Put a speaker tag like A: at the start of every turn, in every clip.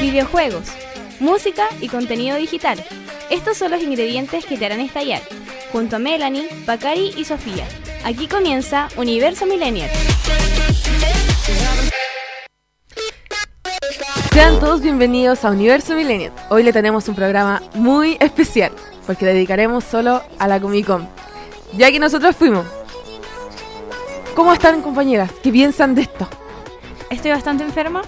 A: videojuegos, música y contenido digital. Estos son los ingredientes que te harán estallar, junto a Melanie, Bacari y Sofía. Aquí comienza Universo Millennial.
B: Sean todos bienvenidos a Universo Millennial. Hoy le tenemos un programa muy especial, porque le dedicaremos solo a la Comic Con, ya que nosotros fuimos. ¿Cómo están compañeras? ¿Qué piensan de esto?
A: Estoy bastante enferma,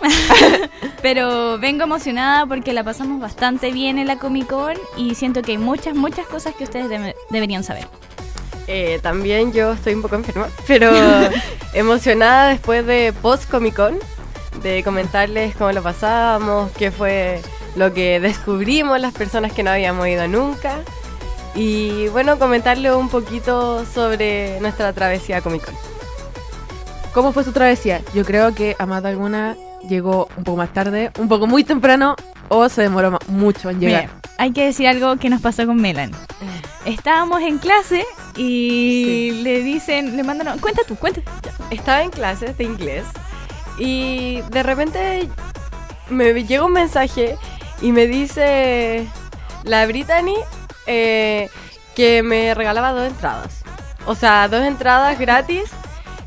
A: pero vengo emocionada porque la pasamos bastante bien en la Comic Con y siento que hay muchas, muchas cosas que ustedes de- deberían saber.
C: Eh, también yo estoy un poco enferma, pero emocionada después de post Comic Con, de comentarles cómo lo pasábamos, qué fue lo que descubrimos las personas que no habíamos ido nunca. Y bueno, comentarles un poquito sobre nuestra travesía a Comic Con.
B: ¿Cómo fue su travesía? Yo creo que Amada Alguna llegó un poco más tarde, un poco muy temprano, o se demoró ma- mucho en llegar.
A: Mira, hay que decir algo que nos pasó con Melan. Estábamos en clase y le dicen, le mandan, cuenta tú, cuenta.
C: Estaba en clases de inglés y de repente me llega un mensaje y me dice la Brittany eh, que me regalaba dos entradas. O sea, dos entradas gratis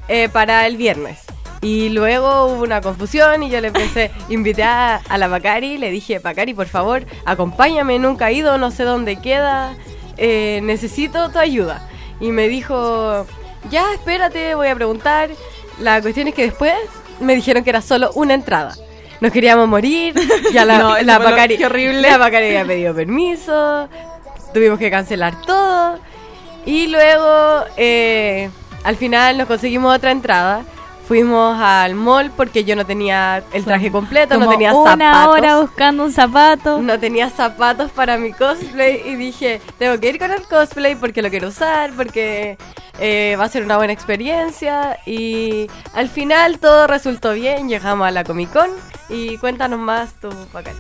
C: eh, para el viernes. Y luego hubo una confusión y yo le empecé, invité a, a la Bacari, le dije, Bacari, por favor, acompáñame, nunca he ido, no sé dónde queda, eh, necesito tu ayuda. Y me dijo, ya, espérate, voy a preguntar. La cuestión es que después me dijeron que era solo una entrada. Nos queríamos morir, ya la,
B: No, eso
C: la
B: fue lo-
C: Bacari,
B: qué horrible.
C: la Bacari había pedido permiso, tuvimos que cancelar todo. Y luego, eh, al final nos conseguimos otra entrada. Fuimos al mall porque yo no tenía el traje completo, no
A: Como
C: tenía
A: una
C: zapatos.
A: hora buscando un zapato.
C: No tenía zapatos para mi cosplay y dije, tengo que ir con el cosplay porque lo quiero usar, porque eh, va a ser una buena experiencia. Y al final todo resultó bien, llegamos a la Comic Con y cuéntanos más tú, Bacán.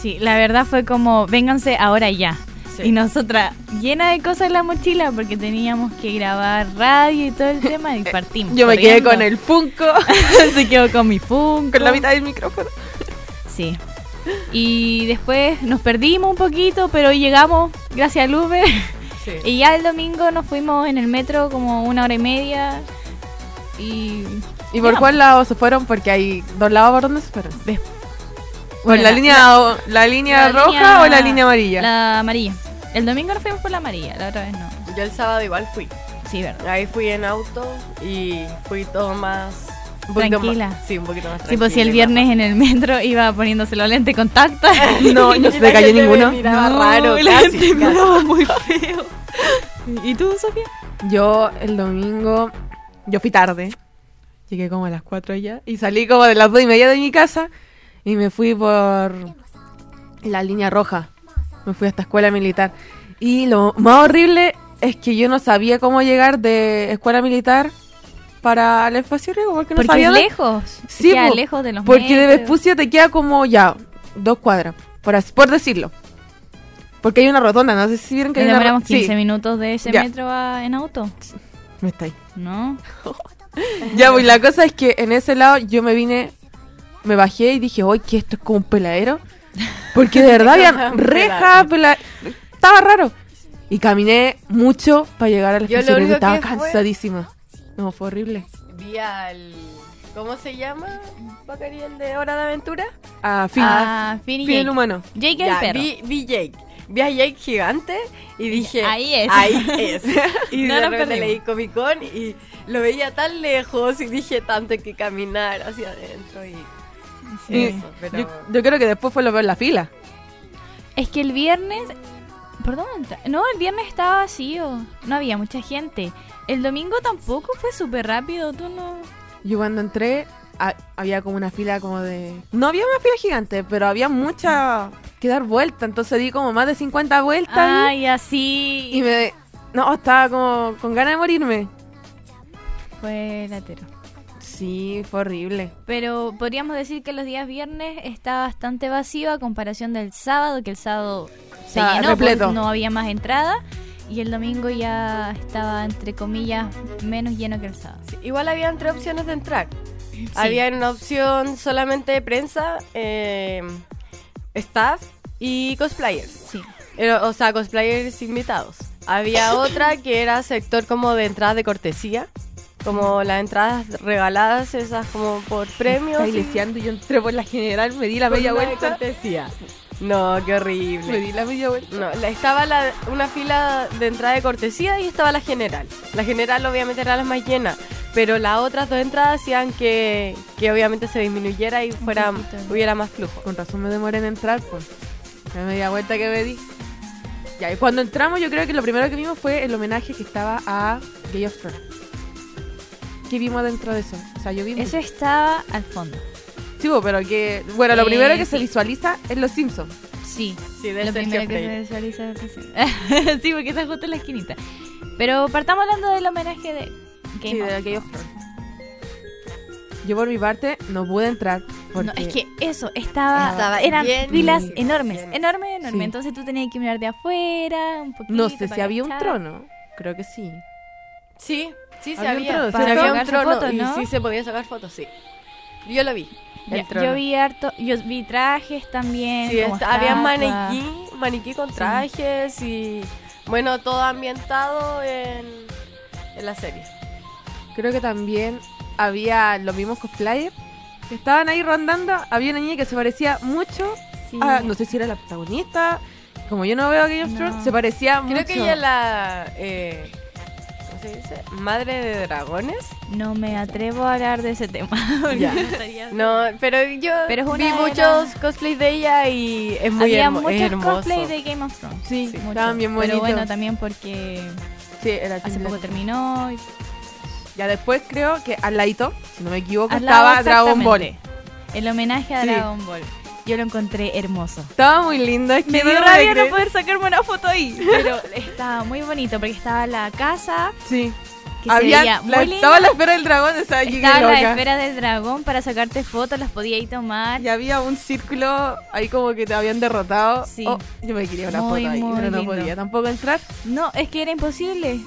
A: Sí, la verdad fue como, vénganse ahora ya.
C: Sí.
A: Y nosotras, llena de cosas en la mochila porque teníamos que grabar radio y todo el tema y partimos.
B: Eh, Yo me quedé
A: corriendo.
B: con el Funko,
A: Se quedó con mi Funko.
B: con la mitad del micrófono.
A: Sí. Y después nos perdimos un poquito, pero hoy llegamos gracias al Uber. Y ya el domingo nos fuimos en el metro como una hora y media. Y
B: ¿Y por
A: Ya.
B: cuál lado se fueron? Porque hay dos lados por donde se fueron.
A: Ves.
B: ¿Por
A: Mira,
B: la,
A: la-
B: línea, o- la línea
A: la
B: roja
A: línea-
B: o la línea amarilla?
A: la amarilla. El domingo nos fuimos por la amarilla, la otra vez no.
C: Yo el sábado igual fui.
A: Sí, verdad.
C: Ahí fui en auto y fui todo más... un poquito
A: Tranquila.
C: más- sí, un poquito más
A: Sí, pues si
C: tranquila
A: el
C: y
A: viernes en el metro iba poniéndose los lentes de contacto.
B: No, y no se te cayó
C: Yo me
B: ninguno.
C: miraba raro,
A: y la
C: casi,
A: gente
C: casi.
A: miraba muy feo. ¿Y tú, Sofía?
B: Yo el domingo, yo fui tarde, llegué como a las 4 ya y salí como de las 2 y media de mi casa y me fui por la línea roja, me fui hasta escuela militar. Y lo más horrible es que yo no sabía cómo llegar de escuela militar para el espacio riego porque no
A: Porque
B: sabía
A: es
B: dónde-
A: lejos.
B: Sí,
A: queda
B: po,
A: lejos de los
B: porque de
A: metros.
B: Vespucio te queda como ya dos cuadras, por, as- por decirlo. Porque hay una rotonda, no sé si vieron que
A: Nos
B: hay una ro-
A: demoramos 15
B: Sí,
A: minutos de ese
B: Ya.
A: metro a- en auto,
B: no está ahí.
A: ¿no?
B: Ya, pues la cosa es que en ese lado yo me vine, me bajé y dije, hoy que esto es como un peladero. Porque de verdad había
C: Un
B: reja, pela- estaba raro. Y caminé mucho para llegar al
C: Yo lo
B: espacio,
C: único
B: estaba
C: que fue-
B: cansadísima. No, fue horrible.
C: Vi al... ¿Cómo se llama? Bacari, el de Hora de Aventura?
B: Ah, fin.
A: Ah, Finn y
B: fin el
A: Jake.
B: humano.
A: Jake el
C: Ya,
A: perro.
C: Vi, vi Jake. Vi a Jake gigante y dije...
B: eh,
A: Ahí es.
C: Ahí es. Y
A: No
C: de
A: nos
C: repente
A: perdimos.
C: leí Comic Con y lo veía tan lejos y dije tanto hay que caminar hacia adentro y...
B: Y
C: Eso, pero...
B: yo, yo creo que después fue lo peor la fila.
A: Es que el viernes... ¿Por dónde entra- No, el viernes estaba vacío. No había mucha gente. El domingo tampoco fue súper rápido. Tú no...
B: Yo cuando entré ha- había como una fila como de... No había una fila gigante, pero había mucha que dar vuelta. Entonces di como más de 50 vueltas. ahí.
A: Ay, así...
B: Y me... No, estaba como con ganas de morirme.
A: Fue latero.
B: Sí, fue horrible.
A: Pero podríamos decir que los días viernes está bastante vacío a comparación del sábado, que el sábado se
B: Estaba
A: llenó,
B: repleto.
A: pues, no había más entrada. Y el domingo ya estaba, entre comillas, menos lleno que el sábado.
C: Sí, Igual había tres opciones de entrar. Había una opción solamente de prensa, eh, staff y cosplayers.
A: Sí.
C: Era- O sea, cosplayers invitados. Había otra que era sector como de entradas de cortesía. Como las entradas regaladas, esas como por premios.
B: Está
C: y-
B: iglesiando y yo entré por la general, me di la
C: por
B: media
C: una de
B: vuelta.
C: cortesía. No, qué
B: Me
C: horrible.
B: di la media vuelta.
C: No, la- estaba la- una fila de entrada de cortesía y estaba la general. La general obviamente era la más llena, pero las otras dos entradas hacían que, que obviamente se disminuyera y fuera,
A: poquito.
C: hubiera más flujo.
B: Con razón me demoré en entrar, pues. La media vuelta que me di. Ya, y cuando entramos, yo creo que lo primero que vimos fue el homenaje que estaba a Gay of Thrones. ¿Qué vimos dentro de eso? O sea, yo vi.
A: Eso estaba al fondo.
B: Sí, bo, pero que. Bueno, lo
A: Eh,
B: primero que se
A: sí.
B: visualiza es los Simpsons.
A: Sí.
C: Sí, de
A: Lo
C: Sergio
A: primero que se
C: Freire.
A: visualiza es ese. Sí, porque está justo en la esquinita. Pero partamos hablando del homenaje de Game
B: Sí,
A: of
B: de Game of
A: Thrones.
B: Yo por mi parte no pude entrar. Porque
A: No, es que eso, estaba,
C: Estaba
A: eran
C: lleno,
A: filas
C: lleno,
A: enormes,
C: lleno.
A: enorme, enorme.
B: Sí.
A: Entonces tú tenías que mirar de afuera, un poquito.
B: No sé
A: para
B: si había un
A: cachar.
B: trono. Creo que sí.
C: Sí, sí, sí
B: Había un
C: había.
B: trono,
C: Sí,
B: ¿cierto?
C: había un
A: Sacarse
C: trono
A: fotos,
C: y
A: ¿no?
C: sí se podía sacar fotos, sí. Yo lo vi.
A: Ya,
B: el trono.
A: Yo vi harto, yo vi trajes también.
C: Sí,
A: como
C: esta- había
A: estatuas.
C: maniquí, maniquí con trajes y bueno, todo ambientado en, en la serie.
B: Creo que también había los mismos cosplayers que estaban ahí rondando. Había una niña que se parecía mucho
A: Sí.
B: a. Ah, No sé si era la protagonista. Como yo no veo a Game of
A: No.
B: Thrones, se parecía mucho.
C: Creo que ella es la eh, ¿cómo se dice? Madre de dragones.
A: No me atrevo a hablar de ese tema. porque
C: Ya.
A: me gustaría-
C: No, pero yo
A: Pero es una
C: vi
A: de
C: muchos
A: las-
C: cosplays de ella y es muy
A: había
C: hermo- es
A: muchos
C: hermoso.
A: cosplay de Game of Thrones.
B: Sí,
A: muchos.
B: estaban bien
A: Pero
B: bonitos.
A: bueno, también porque
B: Sí, era
A: hace
B: chilena.
A: poco terminó. y-
B: Ya después creo que al ladito, si no me equivoco,
A: Al lado,
B: estaba Dragon Ball.
A: exactamente. El homenaje a
B: Sí.
A: Dragon Ball. Yo lo encontré hermoso.
B: Estaba muy lindo. Es que
A: Me
B: no
A: dio
B: lo
A: rabia no
B: recreé.
A: poder sacarme una foto ahí. Pero estaba muy bonito porque estaba la casa
B: Sí.
A: que se
B: Había,
A: veía
B: la,
A: muy
B: estaba
A: linda.
B: la esfera del dragón, o sea, llegué
A: Estaba la
B: loca.
A: esfera del dragón para sacarte fotos, las podía ir tomar.
B: Y había un círculo ahí como que te habían derrotado.
A: Sí.
B: Oh, yo me quería una
A: Muy,
B: foto ahí,
A: muy
B: pero no
A: lindo.
B: podía tampoco entrar.
A: No, es que era imposible.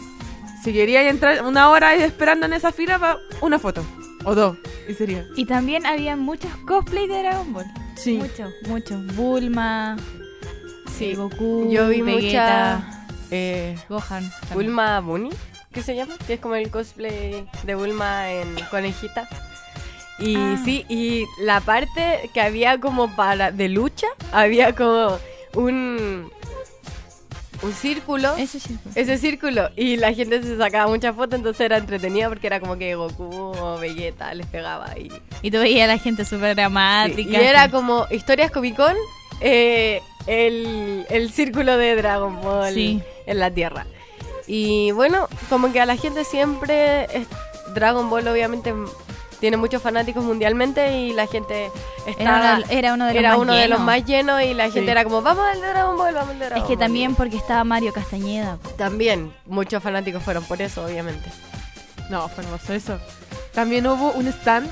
B: Si quería entrar una hora ahí esperando en esa fila para una foto. O dos. Y sería.
A: Y también había muchos cosplay de Dragon Ball.
B: Sí.
A: Muchos, muchos. Bulma,
C: Sí.
A: eh, Goku,
C: Yo vi
A: Vegeta,
C: mucha eh,
A: Gohan. también.
C: Bulma Bunny, que se llama, que es como el cosplay de Bulma en conejita. Y
A: Ah.
C: sí, y la parte que había como para de lucha, había como un un círculo
A: Eso sí.
C: ese círculo y la gente se sacaba muchas fotos, entonces era entretenida porque era como que Goku o Vegeta les pegaba y,
A: Y tú veías a la gente súper
C: sí.
A: dramática.
C: y era
A: así.
C: como historias Comic Con, eh, el, el círculo de Dragon Ball
A: Sí.
C: en la Tierra. Y bueno, como que a la gente siempre es- Dragon Ball obviamente m- tiene muchos fanáticos mundialmente y la gente
A: Era
C: estaba
A: uno, era uno de los
C: era
A: más
C: uno de los
A: llenos.
C: más llenos y la gente
B: Sí.
C: era como vamos al de Dragon Ball, vamos al de Dragon
A: Es que
C: Ball".
A: también porque estaba Mario Castañeda.
C: también muchos fanáticos fueron por eso obviamente.
B: No, fue hermoso eso. También hubo un stand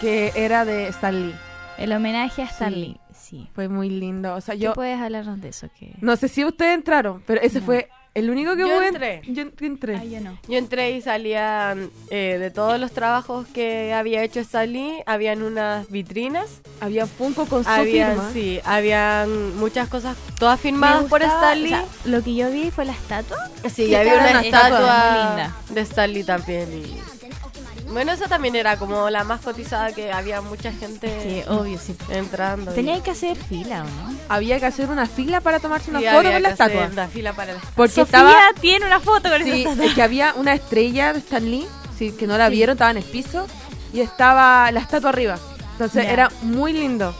B: que era de Stan Lee.
A: El homenaje a Starling. Sí.
B: Fue muy lindo. O sea,
A: ¿Qué
B: yo.
A: puedes hablarnos de eso? Que...
B: No sé si ustedes entraron, pero ese
A: No.
B: fue el único que
C: Yo
B: pude-
C: entré.
B: Yo en- entré.
A: Ah, yo no.
C: Yo entré y salía eh, de todos los trabajos que había hecho Sally, habían unas vitrinas,
B: Había Funko con su
C: habían,
B: firma.
C: sí, habían muchas cosas, todas firmadas por Sally.
A: lo que yo vi fue la estatua.
C: sí,
A: sí,
C: y había
A: estaba
C: una
A: una estatua muy
C: estatua
A: linda.
C: de Sally también. y- Bueno, esa también era como la más cotizada que había mucha gente
A: obvio, sí.
C: entrando. y-
A: Eh. Tenía que hacer fila, ¿o no?
B: Había que hacer una fila para tomarse una
C: y
B: foto
C: había
B: con la
C: que hacer
B: estatua.
C: la fila para la
B: Porque
A: Sofía
B: estaba.
A: tiene una foto con
B: Sí,
A: esa estatua.
B: es que había una estrella de Stan Lee, sí, que no la vieron, estaba en el piso, y estaba la estatua arriba. Entonces
A: Ya.
B: era muy lindo.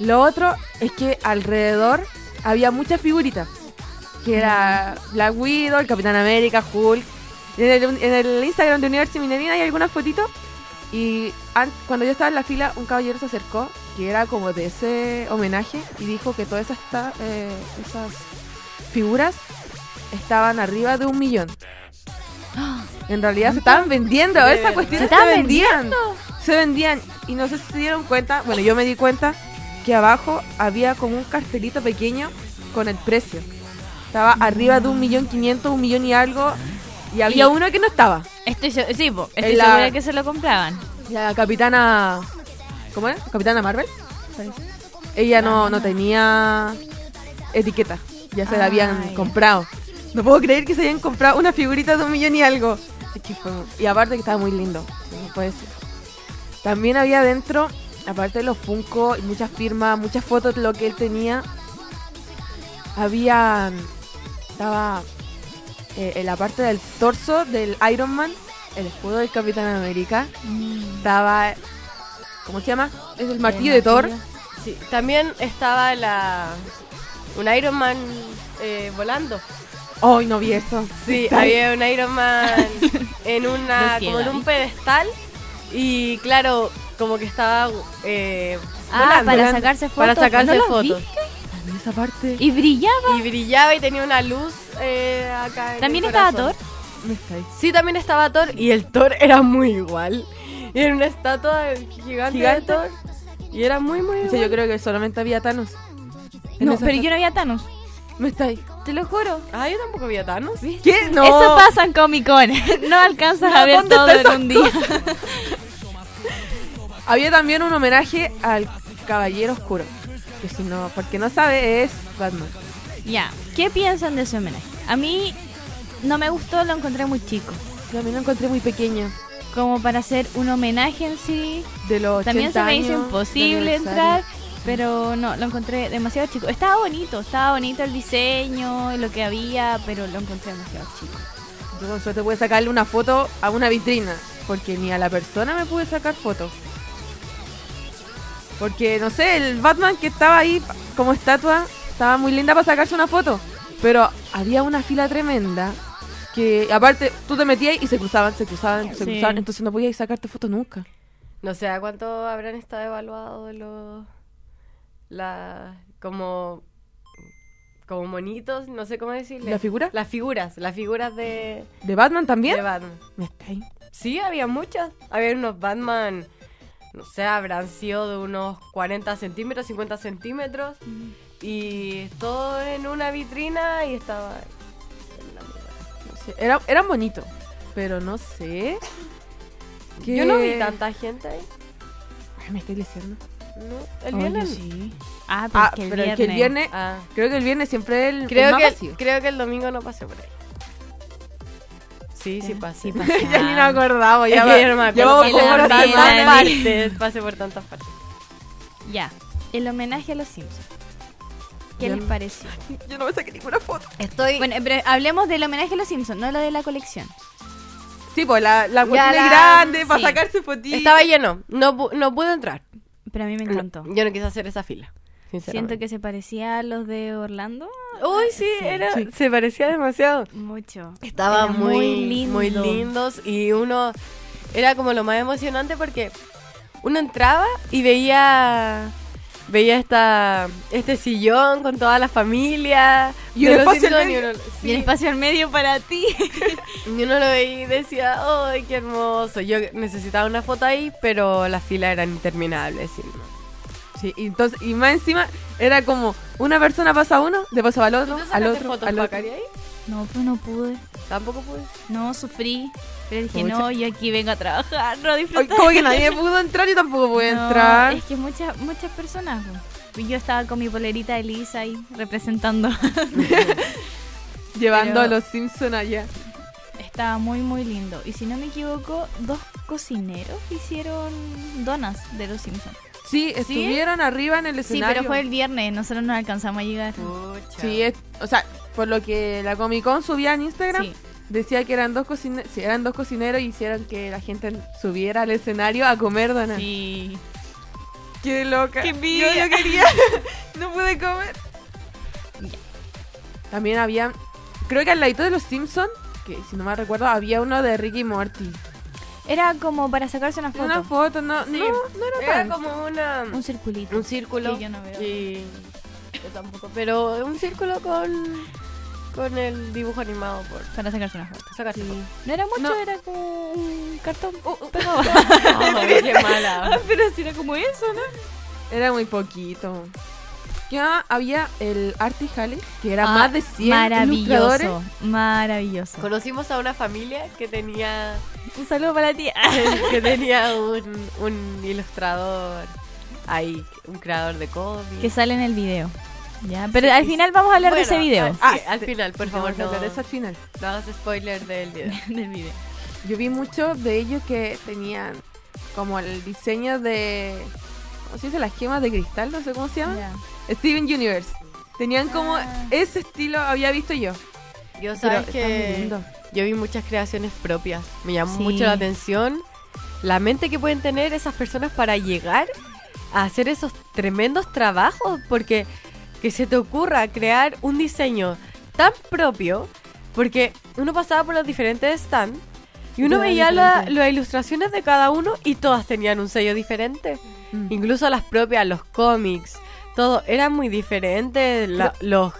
B: Lo otro es que alrededor había muchas figuritas, que era
A: Mm.
B: Black Widow, el Capitán América, Hulk. En el, en el Instagram de Universidad Minerina hay algunas fotitos. Y an- cuando yo estaba en la fila, un caballero se acercó, que era como de ese homenaje, y dijo que todas esas, ta- eh, esas figuras estaban arriba de un millón. En realidad se estaban vendiendo,
C: De
B: esa
C: verdad.
B: cuestión
A: ¿Se
B: Eh, se,
A: estaban
B: vendían. Se vendían. Y no sé si se dieron cuenta, bueno, yo me di cuenta que abajo había como un cartelito pequeño con el precio. Estaba arriba de un millón quinientos, un millón y algo. Y había uno que no estaba.
A: Estoy, se- sí, po, estoy
B: En la-
A: segura que se lo compraban.
B: La capitana. ¿Cómo era? ¿Capitana Marvel? ella no, no tenía etiqueta. Ya se la habían
A: Ay.
B: comprado. No puedo creer que se hayan comprado una figurita de un millón y algo. Es que fue- Y aparte que estaba muy lindo. no puede ser. También había adentro, aparte de los Funko y muchas firmas, muchas fotos de lo que él tenía, había. Estaba eh, en la parte del torso del Iron Man, el escudo del Capitán América.
A: Mm.
B: Estaba. ¿Cómo se llama? Es el martillo de Thor.
C: Sí, también estaba la un Iron Man eh, volando.
B: Ay, no vi eso.
C: Sí,
B: Está ahí.
C: había un Iron Man en una
A: De ciega,
C: como en un
A: ¿viste?
C: pedestal y claro, como que estaba eh,
A: Ah,
C: volando,
A: para
C: volando,
A: sacarse fotos.
C: para sacarse
A: ¿No los
C: fotos.
B: También esa parte.
A: vi? Y brillaba.
C: Y brillaba y tenía una luz eh, acá. en
A: También
C: el
A: estaba
C: corazón.
A: Thor.
B: ¿Dónde está ahí?
C: Sí, también estaba Thor y el Thor era muy igual. Y era una estatua gigante, de
B: ¿Gigante?
C: Thor y era muy muy
B: O
C: igual.
B: sea, yo creo que solamente había Thanos. En
A: No,
B: esa
A: pero
B: foto.
A: yo no vi a Thanos.
B: No está ahí.
A: Te lo juro.
C: Ah, yo tampoco vi a Thanos. ¿viste?
B: ¿Qué? No.
A: Eso pasa en Comic Con. No alcanzas
B: No,
A: a ver
B: ¿dónde
A: todo
B: está
A: en
B: esa
A: un día.
B: Había también un homenaje al Caballero Oscuro. Que si no, porque no sabe, es Batman.
A: Ya. ¿Qué piensan de ese homenaje? A mí no me gustó, lo encontré muy chico.
B: Yo a mí lo encontré muy pequeño.
A: Como para hacer un homenaje en sí.
B: De los
A: También se
B: 80
A: me hizo
B: años,
A: imposible
B: de
A: entrar.
B: aniversario.
A: Pero no, lo encontré demasiado chico. Estaba bonito, estaba bonito el diseño, lo que había, pero lo encontré demasiado chico.
B: Yo con suerte pude sacarle una foto a una vitrina. Porque ni a la persona me pude sacar foto. Porque, no sé, el Batman que estaba ahí pa- como estatua estaba muy linda para sacarse una foto. Pero había una fila tremenda. Que aparte tú te metías y se cruzaban, se cruzaban,
A: Sí.
B: se cruzaban. Entonces no podías sacarte foto nunca.
C: No sé a cuánto habrán estado evaluados los. La, como. Como monitos, no sé cómo decirle.
B: ¿La figura?
C: Las figuras, las figuras de,
B: ¿De Batman también?
C: de Batman.
B: No está ahí.
C: Sí, había muchas. Había unos Batman. No sé, habrán sido de unos 40 centímetros, 50 centímetros. Y todo en una vitrina y estaba. en la mierda.
B: No sé. Era, eran bonitos. Pero no sé. ¿Qué?
C: Yo no vi tanta gente ahí.
B: Ay, me estoy leyendo.
C: ¿no? El
A: Oye,
C: viernes.
A: sí. Ah, pero,
B: Ah,
A: es que el
B: pero
A: viernes.
B: el que el viernes.
C: Ah,
B: Creo que el viernes siempre el, el
C: creo,
B: más
C: que,
B: vacío.
C: creo que el domingo no pasé por ahí. Sí, sí pasé.
A: Ah, Sí pasaba.
B: ya ni me acordaba,
C: Es
B: ya
C: que
B: va-
C: yo no me
B: ya
C: acuerdo,
B: vamos
A: que
C: pasé
B: como
A: la
C: por
B: una
A: vi en
B: semana.
A: la
C: tantas partes. Pasé por tantas partes.
A: Ya. El homenaje a los Simpsons. ¿Qué
B: Ya
A: les
B: no-
A: pareció?
B: Yo no me saqué ninguna foto.
C: Estoy.
A: Bueno, eh, pero hablemos del homenaje a los Simpsons, no lo de la colección.
B: Sí, pues la, la cortina
C: la-
B: grande para
A: sí.
B: sacarse fotitos.
C: estaba lleno. No, pu- no pude entrar.
A: Pero a mí me encantó.
C: Yo no quise hacer esa fila.
A: Siento
C: Sinceramente.
A: que se parecía a los de Orlando.
C: Uy, sí,
A: Sí,
C: era, se parecía demasiado.
A: Mucho.
C: Estaba
A: Era
C: muy, muy,
A: lindo.
C: lindos y uno era como lo más emocionante porque uno entraba y veía veía esta este sillón con toda la familia
B: Y
C: de
B: un
C: los
B: espacio en
C: Simpsons, y
B: medio.
C: uno,
A: Y el
C: sí,
A: espacio al medio para ti.
C: y uno lo veía y decía, ¡ay, qué hermoso! Yo necesitaba una foto ahí, pero las filas eran interminables. sí, no.
B: Sí, y, entonces, y más encima era como una persona pasa a uno, de paso al otro,
C: ¿Tú te sacaste
B: al otro,
C: fotos,
B: al otro.
C: Pacari, ahí?
A: No, pues no pude.
C: Tampoco pude.
A: No, sufrí. Pero dije,
B: Pucha.
A: no, yo aquí vengo a trabajar, no a
B: Ay,
A: disfrutar.
B: como que nadie pudo entrar, yo tampoco pude
A: No,
B: entrar.
A: Es que muchas, muchas personas. pues. Yo estaba con mi polerita de Lisa ahí representando.
B: Llevando
A: pero-
B: a los Simpsons allá.
A: Estaba muy, muy lindo. Y si no me equivoco, dos cocineros hicieron donas de los Simpsons.
B: Sí, estuvieron arriba en el
A: Sí,
B: escenario.
A: pero fue el viernes, nosotros no alcanzamos a llegar.
B: Sí, es- o sea, por lo que la Comic Con subía en Instagram,
A: Sí.
B: decía que eran dos, cocine sí, eran dos cocineros y hicieron que la gente subiera al escenario a comer donas.
A: Sí.
B: Qué loca.
A: Qué
B: Yo
A: envidia.
B: no quería. no pude comer. También había. Creo que al ladito de los Simpsons, que si no me recuerdo, había uno de Ricky Morty.
A: Era como para sacarse una foto.
B: Una foto, no.
C: Sí.
B: No, no era,
C: Era
B: tan-
C: como una...
A: Mm. Un circulito.
C: un círculo
A: Que yo no veo.
C: y yo tampoco pero un círculo con con el dibujo animado por
A: Para sacarse una foto.
C: sacaste
B: Sí.
A: No era mucho,
B: No.
A: era como un cartón.
B: Uh,
C: qué mala
A: Ah, pero si era como eso, ¿no?
B: Era muy poquito. Ya había el Artie Halley, que era más de 100 ilustradores.
A: Maravilloso. Maravilloso.
C: conocimos a una familia que tenía
A: Un saludo para ti. Ah.
C: que tenía un, un ilustrador hay un creador de cómics.
A: que sale en el video. Ya, pero al final vamos a hablar de ese
C: Bueno,
A: video.
C: al-
B: Ah,
C: sí, al final, por favor, no,
B: eso al final.
C: no hagas spoiler del video.
A: ah, del video.
B: Yo vi muchos de ellos que tenían como el diseño de. ¿Cómo se dice? Las gemas de cristal, no sé cómo se llama.
A: Ya.
B: Steven Universe. Tenían como
A: Ah.
B: ese estilo, había visto yo.
C: Yo
B: Pero
C: sabes
B: está muy
C: que
B: lindo.
C: yo vi muchas creaciones propias. Me llamó
A: Sí.
C: mucho la atención la mente que pueden tener esas personas para llegar a hacer esos tremendos trabajos. Porque que se te ocurra crear un diseño tan propio. Porque uno pasaba por los diferentes stands y uno
B: Todas
C: veía la-
B: diferentes.
C: las ilustraciones de cada uno y todas tenían un sello diferente.
B: Mm.
C: Incluso las propias, los cómics, todo era muy diferente. la- los,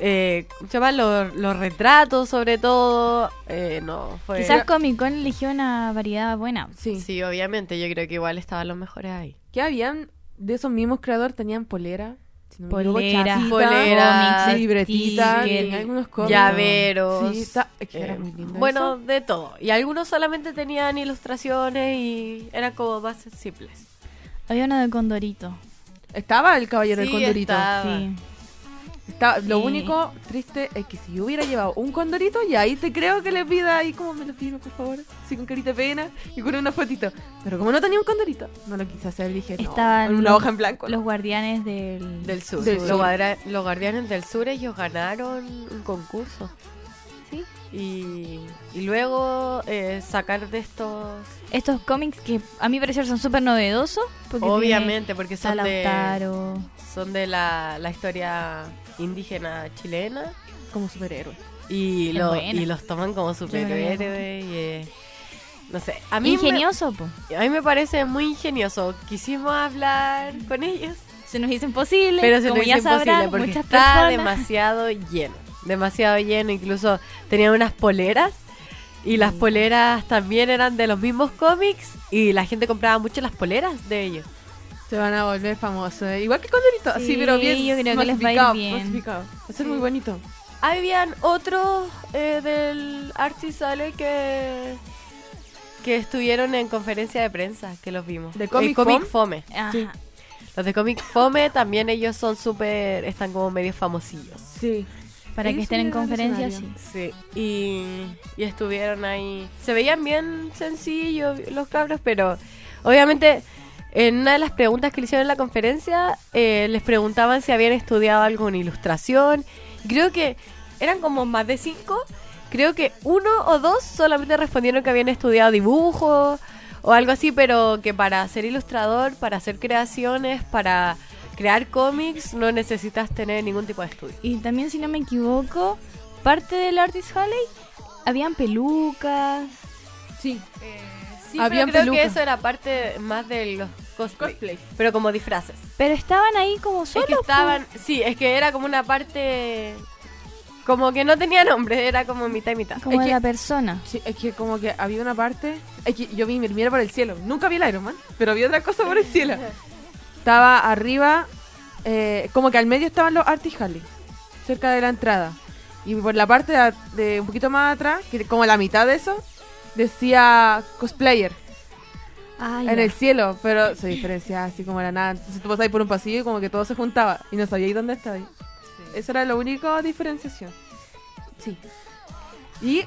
C: eh, ¿cómo se llama? los, los retratos, sobre todo. eh, no, fue.
A: Quizás Comic Con eligió una variedad buena.
B: Sí.
C: Sí, obviamente, yo creo que igual estaban los mejores ahí.
B: Que habían de esos mismos creadores, tenían polera. si no me equivoco,
A: Poleras,
B: chapita,
C: Polera,
A: cómics,
B: libretita,
A: sticker.
B: tenían algunos cómics.
C: Llaveros.
B: Sí, está- es que era
C: eh,
B: muy lindo
C: bueno,
B: eso.
C: de todo. Y algunos solamente tenían ilustraciones y eran como más simples.
A: Había uno de Condorito.
B: estaba el caballero del
C: Sí,
B: condorito.
C: estaba.
A: Sí.
B: Está- lo
A: Sí.
B: único triste es que si yo hubiera llevado un condorito, y ahí te creo que les pida ahí como me lo firma, por favor. Así con carita de pena y con una fotito. Pero como no tenía un condorito, no lo quise hacer. Dije, no,
A: Estaban
B: una
A: los-
B: hoja en blanco.
A: Los guardianes del...
C: Del sur.
B: Del
C: los,
B: sur.
C: guarda- los guardianes del sur, ellos ganaron un concurso.
A: Sí.
C: Y, y luego eh, sacar de estos.
A: Estos cómics que a mi parecer son súper novedosos. Porque
C: Obviamente, porque
A: Está
C: son de,
A: Lautaro.
C: son de la, la historia indígena chilena.
B: Como superhéroe.
C: Y,
A: Es
C: lo-
A: buena.
C: y los toman como
A: no me había
C: superhéroes. y, eh, no sé. A mí,
A: Ingenioso, po.
C: me, a mí me parece muy ingenioso. Quisimos hablar con ellos.
A: Se nos hizo imposible.
C: Pero se
A: como
C: nos
A: ya
C: hizo imposible
A: sabrán,
C: porque
A: muchas
C: está
A: personas.
C: demasiado lleno. Demasiado lleno. Incluso tenían unas poleras. Y las
A: Mm.
C: poleras también eran de los mismos cómics. Y la gente compraba mucho las poleras de ellos.
B: Se van a volver famosos. eh. Igual que el condorito, así,
A: Sí,
B: pero bien.
A: yo creo que les va a ir
B: masificado,
A: bien.
B: masificado. Va a ser muy bonito.
C: Habían otros eh, del Artisale que que estuvieron en conferencia de prensa, que los vimos.
B: ¿De
C: Eh,
B: Comic Fome?
C: Fome.
A: Ajá.
B: Sí.
C: Los de Comic Fome también ellos son súper, están como medio famosillos.
B: Sí.
A: Para que
B: Ellos
A: estén en
B: subieron al
A: conferencias, sí.
B: escenario.
C: Sí, y, y estuvieron ahí. Se veían bien sencillos los cabros, pero obviamente en una de las preguntas que le hicieron en la conferencia eh, les preguntaban si habían estudiado alguna ilustración. Creo que eran como más de cinco. Creo que uno o dos solamente respondieron que habían estudiado dibujo o algo así, pero que para ser ilustrador, para hacer creaciones, para crear cómics, no necesitas tener ningún tipo de estudio.
A: Y también, si no me equivoco, parte del Artist Halley habían pelucas.
B: Sí.
C: Eh, Sí,
B: Habían
C: pero creo
B: pelucas.
C: que eso era parte más de los cosplay,
B: Cosplay.
C: pero como disfraces.
A: Pero estaban ahí como
C: Es
A: solos.
C: que estaban, sí, es que era como una parte como que no tenía nombre, era como mitad y mitad.
A: po, Como
B: es
A: de
B: que-
A: la persona.
B: Sí, es que como que había una parte. Es que yo vi Mira por el cielo. Nunca vi el Iron Man, pero vi otra cosa por el cielo. Estaba arriba, eh, como que al medio estaban los Artis Harley, cerca de la entrada. Y por la parte de, a- de un poquito más atrás, que como la mitad de eso, decía cosplayer
A: Ah,
B: en
A: ya.
B: el cielo, pero se diferenciaba así como era nada. Entonces tú pasabas por un pasillo y como que todo se juntaba y no sabíais dónde estabais. Esa era la única diferenciación. Sí. Y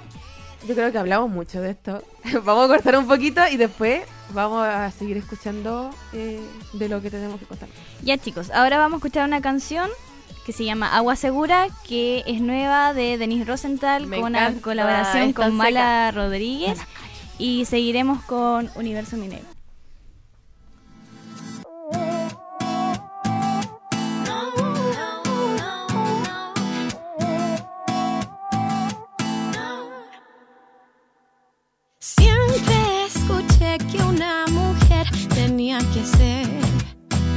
B: yo creo que hablamos mucho de esto. vamos a cortar un poquito y después vamos a seguir escuchando eh, de lo que tenemos que contar.
A: Ya chicos, ahora vamos a escuchar una canción que se llama Agua Segura, que es nueva de Denise Rosenthal
C: Me
A: con una
C: encanta,
A: colaboración
C: es
A: con
C: tan
A: Mala Rodríguez. Y seguiremos con Universo Minero.
D: Siempre escuché que una mujer tenía que ser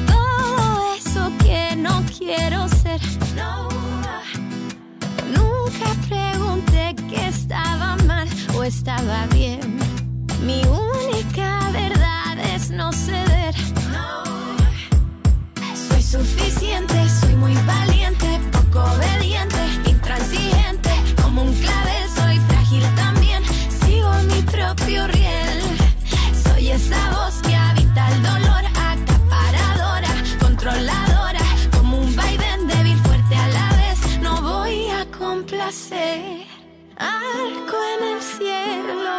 D: todo eso que no quiero ser. No, nunca pregunté que estaba mal o estaba bien. Mi única verdad es no ceder. Soy suficiente, soy muy valiente, poco obediente, intransigente. Como un clavel soy frágil también, sigo mi propio riel. Soy esa voz que habita el dolor, acaparador, Arco en el cielo,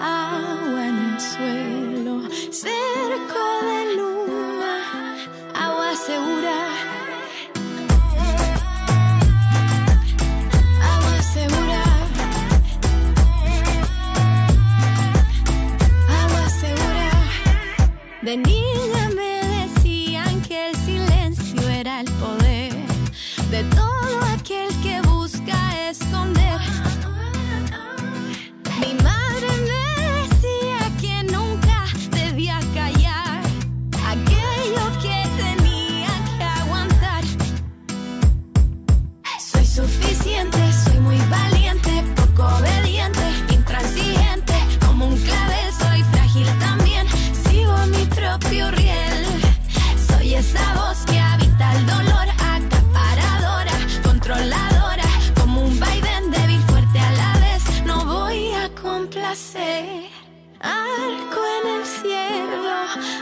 D: agua en el suelo, cerco de luna, agua segura. Agua segura. Agua segura. De niña me decían que el silencio era el poder de todo aquel que busca esconder. Mi madre me decía que nunca debía callar aquello que tenía que aguantar. Soy suficiente, soy muy valiente, poco obediente, intransigente. Como un clavel soy frágil también, sigo mi propio riel. Soy esa voz que habita el dolor, acaparadora, controladora. Como un vaivén débil, fuerte a la vez, no voy a complacer. Arco en el cielo,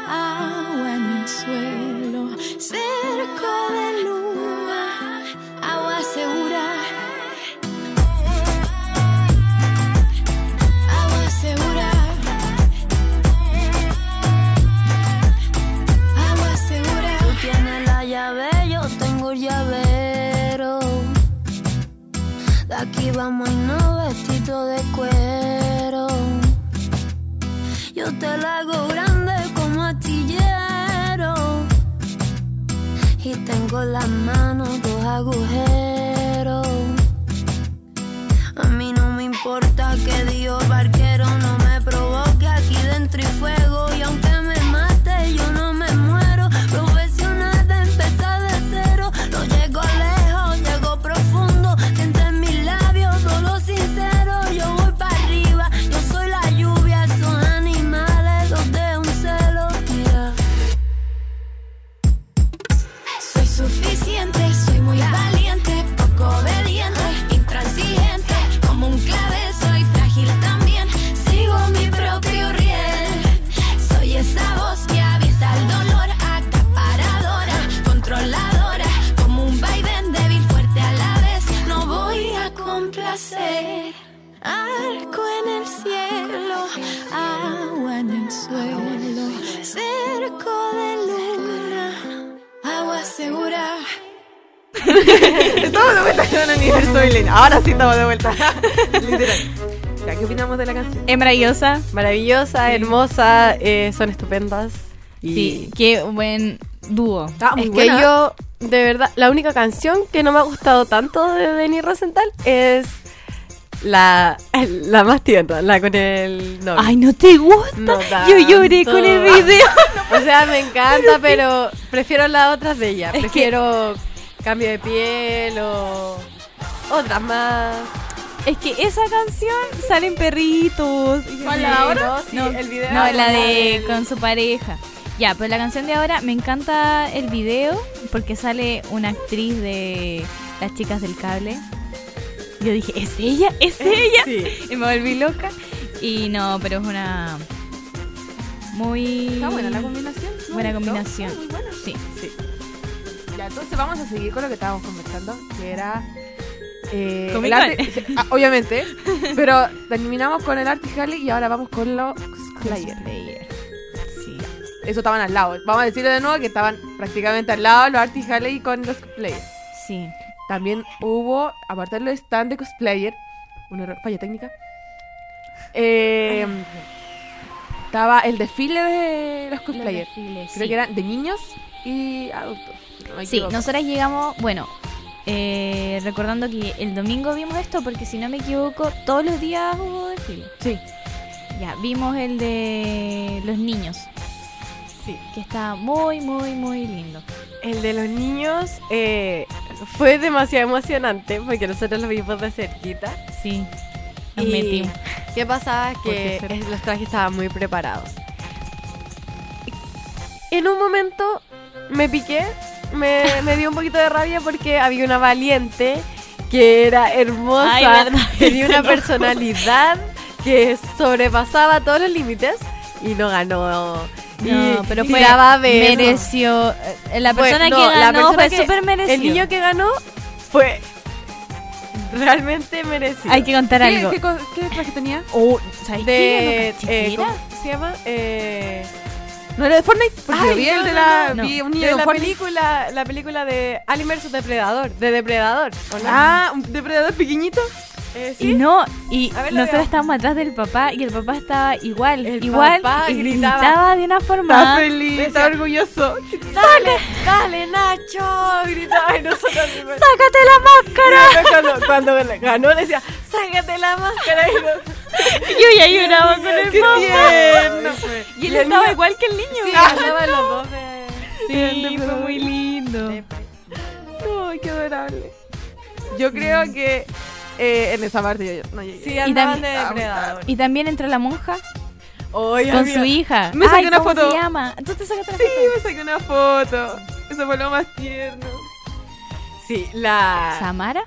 D: agua en el suelo, cerco de luna, agua segura. Agua segura. Agua segura.
E: Tú tienes la llave, yo tengo el llavero. De aquí vamos en un vestido de cuero. Yo te la hago grande como astillero. Y tengo en las manos dos agujeros. A mí no me importa que Dios barquero no me provoque aquí dentro y fuego. Y aunque me mate, yo no me muero. Profesional de empezar de cero. No llego lejos, llego profundo. Entre mis labios, solo sincero. Yo voy para arriba, yo soy la lluvia. Son animales, los de un celo. Mira.
D: Soy suficiente, soy muy valiente, poco obediente, intransigente. Como un clave soy frágil también, sigo mi propio riel. Soy esa voz que habita el dolor, acaparadora, controladora. Como un vaivén débil, fuerte a la vez, no voy a complacer. Arco en el cielo, agua en el suelo, cerco de luna. Agua segura.
B: Estamos de vuelta con el universo de Belén. Ahora sí estamos de vuelta. Literal. Ya, ¿Qué opinamos de la canción?
A: Es maravillosa.
C: Maravillosa, hermosa, eh, son estupendas. Y
A: Sí, qué buen dúo.
B: Está muy
C: Es
B: buena.
C: que yo, de verdad, la única canción que no me ha gustado tanto de Benny Rosenthal es la, la más tierna, la con el novio.
A: Ay, no te gusta.
C: No
A: Yo lloré
C: tanto.
A: con el video.
C: O sea, me encanta, pero prefiero las otras de ella. Prefiero cambio de piel o otras más.
A: Es que esa canción salen perritos.
C: ¿Cuál, la
A: Sí,
C: ahora?
A: No,
C: Sí,
A: no,
C: el video.
A: no, la de
C: del-
A: con su pareja. Ya, pues la canción de ahora me encanta el video porque sale una actriz de Las Chicas del Cable. Yo dije, ¿es ella? ¿Es ella?
C: Sí.
A: Y me volví loca. Y no, pero es una. Muy.
B: Está buena la combinación. ¿no?
A: Buena
B: ¿No?
A: combinación.
B: Está muy buena.
A: Sí.
B: Ya, entonces vamos a seguir con lo que estábamos conversando, que era... eh,
A: Comic
B: el arte- Ah, obviamente, pero terminamos con el Art Halley y ahora vamos con los Cosplayer.
A: Cosplayer. Sí.
B: Eso estaban al lado. Vamos a decirlo de nuevo que estaban prácticamente al lado los Art Halley con los cosplayers.
A: Sí.
B: También hubo, aparte de los stand de cosplayer, una error- falla técnica. eh, estaba el desfile de los cosplayers. Creo
A: Sí.
B: que eran de niños y adultos. si no me
A: Sí,
B: equivoco.
A: nosotras llegamos, bueno, eh, recordando que el domingo vimos esto, porque si no me equivoco, todos los días hubo desfile.
B: Sí.
A: Ya, vimos el de los niños,
C: Sí.
A: que está muy, muy, muy lindo.
C: El de los niños eh, fue demasiado emocionante porque nosotros lo vimos de cerquita.
A: Sí, nos
C: Y
A: metimos.
C: ¿Qué pasaba? Que
B: Porque ser-
C: es- los trajes estaban muy preparados. En un momento me piqué, me, me dio un poquito de rabia porque había una valiente que era hermosa,
A: Ay, verdad,
C: tenía
A: se
C: una
A: enojó.
C: personalidad que sobrepasaba todos los límites y no ganó.
A: No,
C: Y
A: pero fue
C: tiraba besos.
A: mereció, eh, la
C: Fue-
A: persona
C: no,
A: que
C: la
A: ganó
C: persona
A: fue
C: que-
A: súper merecido.
C: El niño que ganó fue realmente merecido.
A: Hay que contar
B: ¿Qué,
A: algo.
B: qué co- qué traje tenía?
A: Oh, ¿sabes
C: de,
A: qué? Yo no caché
C: eh,
A: qué era.
C: ¿Cómo se llama? Eh,
B: ¿No era de Fortnite? Porque
C: Ay,
B: vi
C: no,
B: el de
C: no,
B: la...
A: no.
B: vi un niño
C: de
B: con
C: la
B: Fortnite.
C: película, la película de Alien vs Depredador, de Depredador, ¿o no?
B: Ah, un depredador pequeñito.
C: Eh,
A: Y
C: sí.
A: no, y
C: A ver, la
A: nosotros
C: veo.
A: estábamos atrás del papá y el papá estaba igual,
C: El
A: igual,
C: papá
A: y
C: gritaba.
A: gritaba. de una
B: Está
A: forma.
B: feliz, está orgulloso.
C: Dale, dale Nacho, gritaba y nosotros
A: ¡Sácate la máscara!
C: cuando, cuando ganó le decía, "Sácate la máscara." Y no-
A: Yo ya lloraba con el
B: ¡Qué
A: papá.
B: tierno!
A: Y él
C: el
A: estaba
C: niño-
A: igual que el niño.
C: Sí, andaban los dos de-
A: pues. Sí, fue muy lindo.
C: de-
B: Ay, qué adorable. Yo creo que eh, en esa parte yo- yo no llegué.
C: Sí, andaban
A: también-
C: de depredador.
A: Y también entró la monja
C: Oye,
A: con
C: amiga,
A: su hija.
B: Me saqué
A: Ay,
B: una
A: ¿cómo
B: foto.
A: se llama? ¿Tú te sacaste la
B: Sí,
A: foto?
B: me saqué una foto. Eso fue lo más tierno.
C: Sí, la
A: ¿Samara?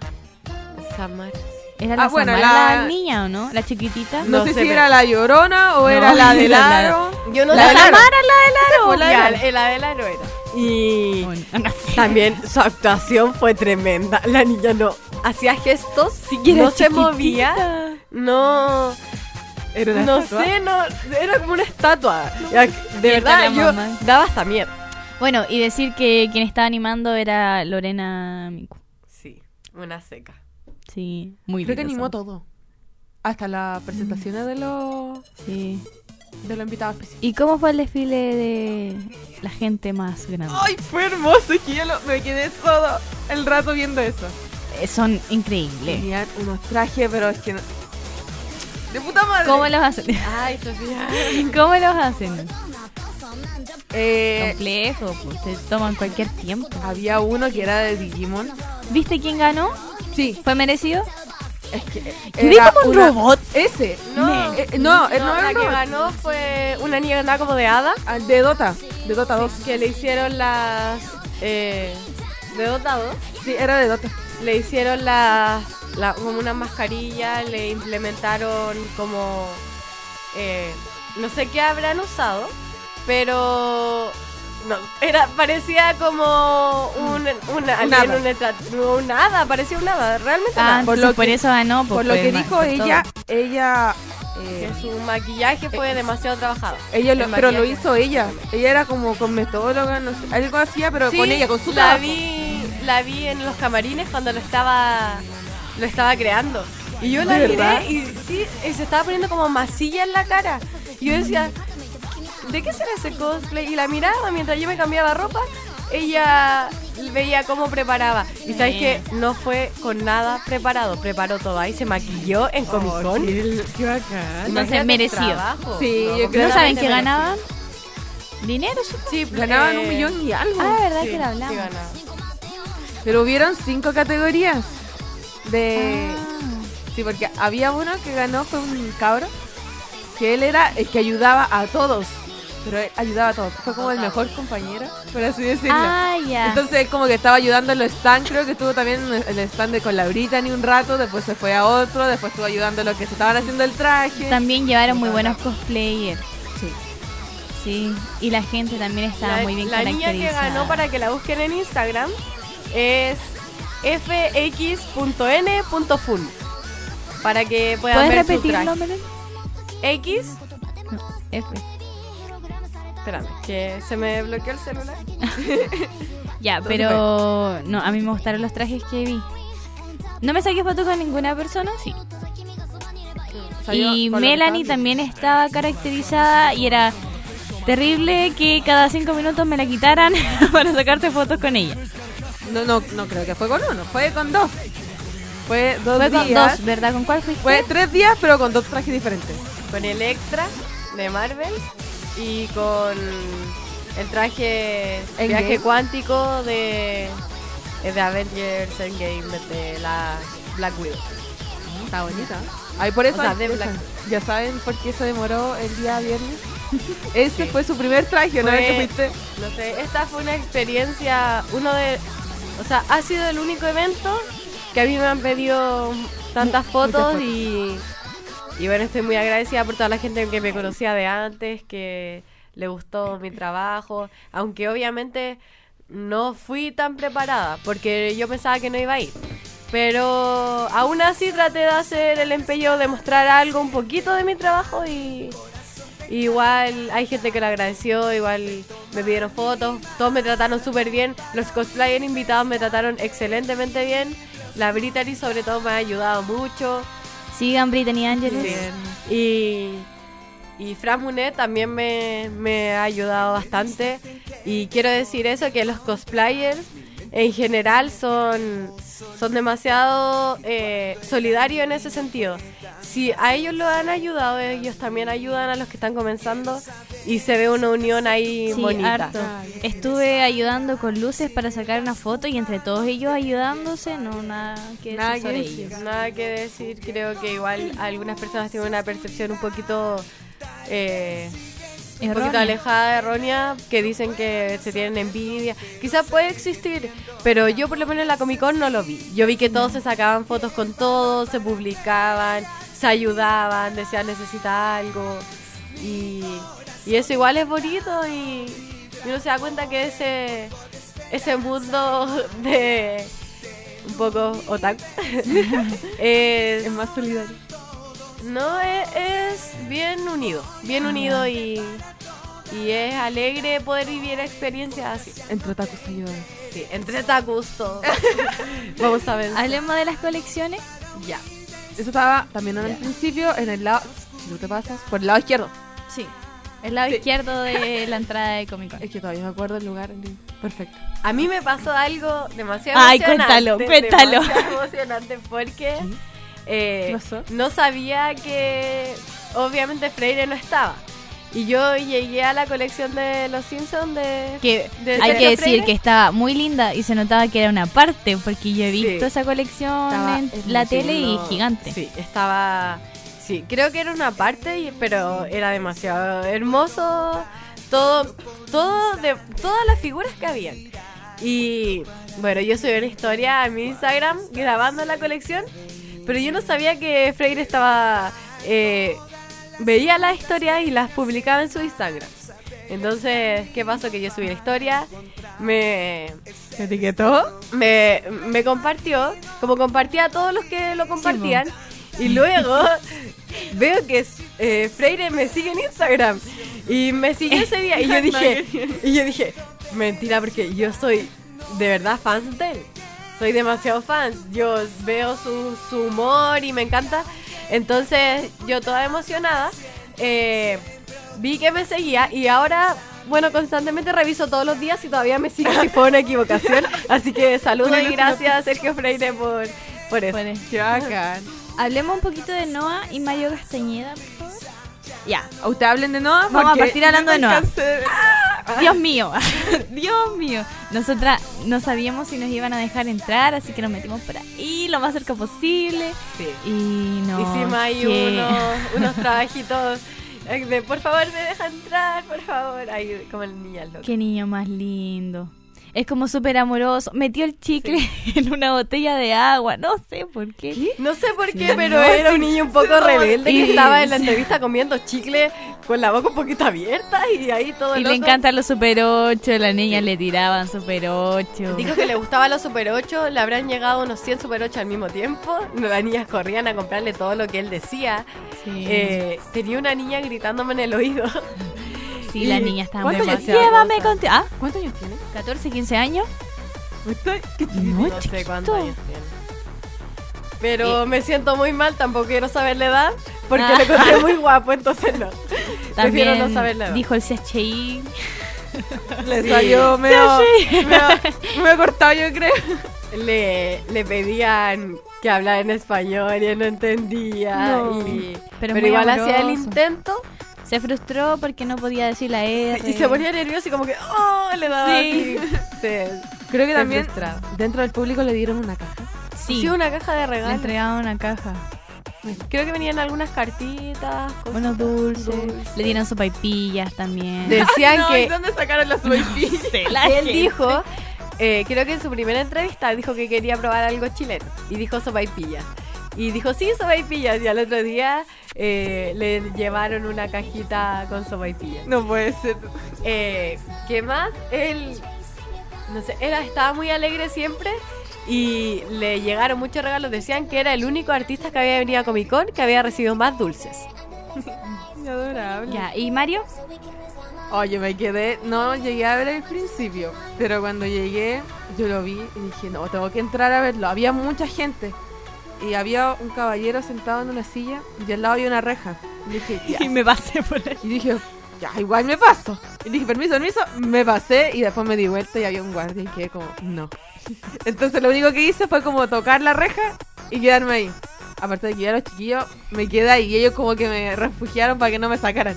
C: Samara.
A: ¿Era
B: Ah,
A: la
B: bueno,
A: Samara
B: la-
A: la niña o no? ¿La chiquitita?
B: No,
C: No
B: sé
C: se
B: si
C: ve.
B: era la llorona o
A: No,
B: era la del
A: la-
B: aro.
C: Yo no
B: La
C: sé-
B: del aro.
A: ¡Claro!
B: la-
C: Ya, el- pues, la del aro era. Y
A: Bueno, no sé.
C: También su actuación fue tremenda. La niña no hacía gestos,
A: Era
C: no se
A: chiquitita.
C: movía, no,
B: Era una
C: no
B: estatua.
C: sé, no, era como una estatua. Ya, De
A: Despierta
C: verdad,
A: la
C: yo
A: mamá.
C: daba hasta miedo.
A: Bueno, y decir que quien estaba animando era Lorena Miku.
C: Sí, una seca.
A: Sí, muy
B: Creo que
A: lindo
B: animó
A: eso.
B: todo. Hasta las presentaciones de los
A: Sí.
B: de los invitados especiales.
A: ¿Y cómo fue el desfile de la gente más grande?
B: Ay, fue hermoso, es que yo lo- me quedé todo el rato viendo eso.
A: Eh, Son increíbles.
B: Tenían unos trajes, pero es que no- de puta madre.
A: ¿Cómo los hacen?
C: Ay, Sofía.
A: ¿Cómo los hacen?
B: Eh,
A: Complejo, pues te toman cualquier tiempo.
B: había uno que era de Digimon.
A: ¿Viste quién ganó?
B: Sí,
A: ¿Fue merecido?
B: es que
A: vi como un
B: robot? Ese.
C: No,
B: Eh, no, eh, no,
C: no,
B: era un
C: la que
B: robot.
C: ganó fue una niña que andaba como de hada,
B: Ah, De Dota, de Dota 2.
C: que le hicieron las, eh, de Dota 2,
B: Sí, era de Dota.
C: le hicieron las, la- como una mascarilla, le implementaron como, eh, no sé qué habrán usado, pero no, era, parecía como un, un alien,
B: Mm. hada.
C: un extra- un hada, parecía un hada, realmente
A: Ah,
C: nada.
B: por
A: por,
B: lo
A: por eso ganó. pues,
B: Por lo
A: fue
B: que
A: ma-
B: dijo
A: por
B: ella,
A: todo.
B: ella. eh,
C: Que su maquillaje fue demasiado trabajado.
B: ella Eh, lo-
C: El
B: pero lo
C: maquillaje.
B: hizo ella. Ella era como con metóloga, no sé, algo hacía, pero
C: Sí,
B: con ella, con su
C: la
B: trabajo.
C: vi, la vi en los camarines cuando lo estaba lo estaba creando. Y yo la
B: ¿De verdad?
C: miré y sí, y se estaba poniendo como masilla en la cara. Y yo decía, ¿de qué será ese cosplay? Y la miraba mientras yo me cambiaba ropa, ella veía cómo preparaba. Y sabes que no fue con nada preparado, preparó todo ahí, se maquilló en
B: Oh,
C: Comic Con. Imagínate el
A: merecido.
C: trabajo.
B: Sí, yo creo-
A: ¿No saben
C: claramente
A: que
C: merecido.
A: ganaban? ¿Dinero? supongo.
C: Sí,
B: Ganaban
C: eh,
B: un millón y algo.
A: Ah, verdad
C: sí,
A: que lo hablamos.
C: sí ganaban.
B: Pero hubieron cinco categorías de...
A: Ah.
B: Sí, porque había uno que ganó, fue un cabro, que él era el que ayudaba a todos, pero él ayudaba a todos. Fue como el mejor compañero, por así decirlo.
A: Ah, ya.
B: Entonces él como que estaba ayudando en los stand, creo que estuvo también en el stand de con la Brittany un rato, después se fue a otro, después estuvo ayudando a los que se estaban haciendo el traje.
A: También llevaron muy buenos cosplayers.
B: Sí.
A: Sí, y la gente también estaba
C: la,
A: muy bien
C: la niña
A: caracterizada.
C: que ganó para que la busquen en Instagram es fx.n.fun para que puedan
A: ¿Puedes
C: ver su
A: repetirlo,
C: traje.
A: Belén?
C: X,
A: F.
C: espérame, que se me bloqueó el celular.
A: Ya, pero no, a mí me gustaron los trajes que vi. No me saqué foto con ninguna persona, sí. Y Melanie también estaba caracterizada y era terrible que cada cinco minutos me la quitaran para sacarse fotos con ella.
B: No, no, no creo que fue con uno, fue con dos. Fue dos
A: Fue con
B: días.
A: dos, ¿verdad? ¿Con cuál fuiste?
B: Fue tres días, pero con dos trajes diferentes.
C: Con el extra de Marvel y con el traje
B: Endgame.
C: viaje cuántico de, de Avengers Endgame de la Black Widow.
B: Está bonita. Ay, por eso.
C: O sea, de black.
B: Ya saben por qué se demoró el día viernes. Ese fue su primer traje, ¿no?
C: Fue-
B: Que fuiste.
C: No sé, esta fue una experiencia, uno de, o sea, ha sido el único evento que a mí me han pedido tantas fotos,
B: fotos.
C: y y bueno, estoy muy agradecida por toda la gente que me conocía de antes, que le gustó mi trabajo, aunque obviamente no fui tan preparada porque yo pensaba que no iba a ir. Pero aún así traté de hacer el empeño de mostrar algo, un poquito de mi trabajo y... y Igual hay gente que lo agradeció, igual me pidieron fotos, todos me trataron súper bien, los cosplayers invitados me trataron excelentemente bien, la Brittany sobre todo me ha ayudado mucho,
A: Sigan Brittany Ángeles.
C: y, y Fran Munet también me, me ha ayudado bastante. Y quiero decir eso, que los cosplayers en general son, son demasiado eh, solidarios en ese sentido. Si a ellos lo han ayudado, ellos también ayudan a los que están comenzando y se ve una unión ahí
A: Sí,
C: bonita.
A: harto. Estuve ayudando con luces para sacar una foto y entre todos ellos ayudándose, no nada que
B: Nada
A: decir sobre
B: que decir.
A: ellos.
C: Nada que decir, creo que igual algunas personas tienen una percepción un poquito... eh, un poquito
A: Erróneo.
C: alejada, errónea, que dicen que se tienen envidia. Quizás puede existir, pero yo por lo menos en la Comic Con no lo vi. Yo vi que todos se sacaban fotos con todos, se publicaban, se ayudaban, decían necesita algo. Y, y eso igual es bonito y, y uno se da cuenta que ese, ese mundo de un poco otaku es,
B: Es más solidario.
C: no, e- es, bien unido, bien unido y, y es alegre poder vivir experiencias así.
B: Entre tacos ayuda.
C: Sí, entre gusto. Vamos a ver.
A: Hablemos de las colecciones.
C: Ya.
B: Eso estaba también en el principio, en el lado. Si tú te pasas, por el lado izquierdo.
A: Sí. El lado izquierdo de la entrada de Comic Con.
B: Es que todavía me acuerdo el lugar. Perfecto.
C: A mí me pasó algo demasiado
A: Ay,
C: emocionante.
A: cuéntalo, cuéntalo.
C: demasiado emocionante porque eh,
B: ¿Qué pasó?
C: no sabía que obviamente Freire no estaba. Y yo llegué a la colección de Los Simpsons de...
A: Que
C: de
A: hay que
C: Sergio
A: decir
C: Freire.
A: que estaba muy linda y se notaba que era una parte, porque yo he
C: Sí.
A: visto esa colección
B: Estaba
A: en la
B: hermoso,
A: tele y
C: No,
A: gigante.
C: Sí, estaba. Sí, creo que era una parte, y- pero era demasiado hermoso. Todo, todo de todas las figuras que habían. Y bueno, yo subí una historia a mi Instagram grabando la colección, pero yo no sabía que Freire estaba. eh, veía las historias y las publicaba en su Instagram. Entonces, ¿qué pasó? Que yo subí la historia, me,
B: ¿Te etiquetó?
C: me, me compartió, como compartía a todos los que lo compartían. y luego veo que eh, Freire me sigue en Instagram. Y me siguió ese día. Y yo dije, y yo dije, mentira, porque yo soy de verdad fan de él. Soy demasiado fan. Yo veo su, su humor y me encanta. Entonces, yo toda emocionada. eh, vi que me seguía y ahora, bueno, constantemente reviso todos los días y todavía me sigue si fue una equivocación. Así que saludos y gracias a Sergio Freire por, por eso.
A: Puede.
B: Qué bacán.
A: Hablemos un poquito de Noah y Mario Castañeda, por favor.
B: Ya. Ustedes hablen de Noah.
A: Vamos a
B: porque
A: partir hablando
B: yo
A: de Noah.
B: alcancé de ver.
A: Ah. Dios mío, Dios mío. Nosotras no sabíamos si nos iban a dejar entrar, así que nos metimos por ahí lo más cerca posible.
C: Sí.
A: Y no.
C: Hicimos ahí
A: que-
C: unos, unos trabajitos eh, de por favor me deja entrar, por favor. Ahí como el niño al loco.
A: Qué niño más lindo. Es como súper amoroso. Metió el chicle en una botella de agua. No sé por qué.
C: No sé por qué, pero era un niño un poco rebelde que
A: Y-
C: estaba en la entrevista comiendo chicle con la boca un poquito abierta y ahí todo
A: Y
C: loco.
A: le encantan los super 8. La niña le tiraban super 8.
C: Dijo que le gustaba los Super 8, le habrán llegado unos 100 Super 8 al mismo tiempo. Las niñas corrían a comprarle todo lo que él decía.
A: Sí,
C: Eh, tenía una niña gritándome en el oído.
A: Sí, la
B: y-
A: niña estaba muy
B: ¿cuántos años tiene?
A: Llévame contigo. Ah,
B: ¿Cuántos años tiene?
A: 14, 15 años.
B: Estoy- ¿Qué
A: No,
C: no sé
A: chiquito.
C: cuántos años tiene. Pero me siento muy mal, tampoco quiero saber la edad, porque lo encontré muy guapo, entonces no. Prefiero no
A: Ah. También
C: saber la edad.
A: dijo el CHI.
B: Le
C: Sí.
B: salió medio, medio, medio cortado, yo creo.
C: Le, le pedían que hablara en español y él no entendía.
B: No.
C: y-
A: Pero
C: pero
A: es muy
C: igual hacía el
A: amoroso.
C: intento
A: Se frustró porque no podía decir la R.
C: y se ponía nervioso y como que, ¡oh! Le daba
A: Sí.
C: así. Se-
B: Creo que
C: Estoy
B: también
C: frustrada.
B: dentro del público le dieron una caja.
A: Sí,
C: Sí, una caja de
A: le
C: regalos.
A: entregaban una caja.
C: Creo que venían algunas cartitas. cosas.
A: Unos dulces. Le dieron sopaipillas también.
C: Decían
B: No, ¿y
C: que
B: dónde sacaron las sopaipillas?
C: él dijo, eh, creo que en su primera entrevista dijo que quería probar algo chileno. Y dijo sopaipilla. Y dijo, sí, sopaipilla. Y al otro día eh, le llevaron una cajita con sopaipilla.
B: No puede ser.
C: Eh, ¿Qué más? Él, no sé, él estaba muy alegre siempre. y le llegaron muchos regalos. Decían que era el único artista que había venido a Comic Con que había recibido más dulces.
B: Adorable.
A: Ya, ¿y Mario?
B: Oye, me quedé, no llegué a ver el principio, pero cuando llegué yo lo vi y dije, no, tengo que entrar a verlo. Había mucha gente y había un caballero sentado en una silla y al lado había una reja. Y dije, ya.
A: me pasé por ahí.
B: Y dije, ya, igual me paso. Y dije, permiso, permiso, me pasé y después me di vuelta y había un guardia y quedé como, no. Entonces lo único que hice fue como tocar la reja y quedarme ahí. Aparte de que ya los chiquillos me quedé ahí y ellos como que me refugiaron para que no me sacaran.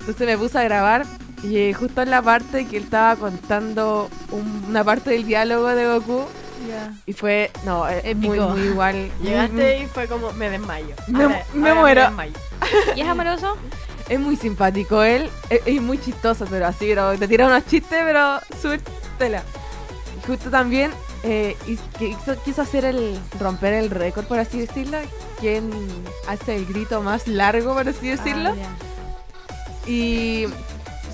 B: Entonces me puse a grabar y llegué justo en la parte que él estaba contando un- una parte del diálogo de Goku y fue, no, es muy,
A: Épico.
B: muy igual. muy, muy-
C: Llegaste y fue como, me desmayo.
B: Me-
C: Ahora-
B: me
C: ahora
B: muero.
C: desmayo.
A: ¿Y es amoroso?
B: Es muy simpático él, es, es muy chistoso, pero así, pero te tira unos chistes, pero súper tela. Y Justo también eh, hiz- que hizo- quiso hacer el romper el récord, por así decirlo, quien hace el grito más largo, por así decirlo.
A: Ah, ya.
B: y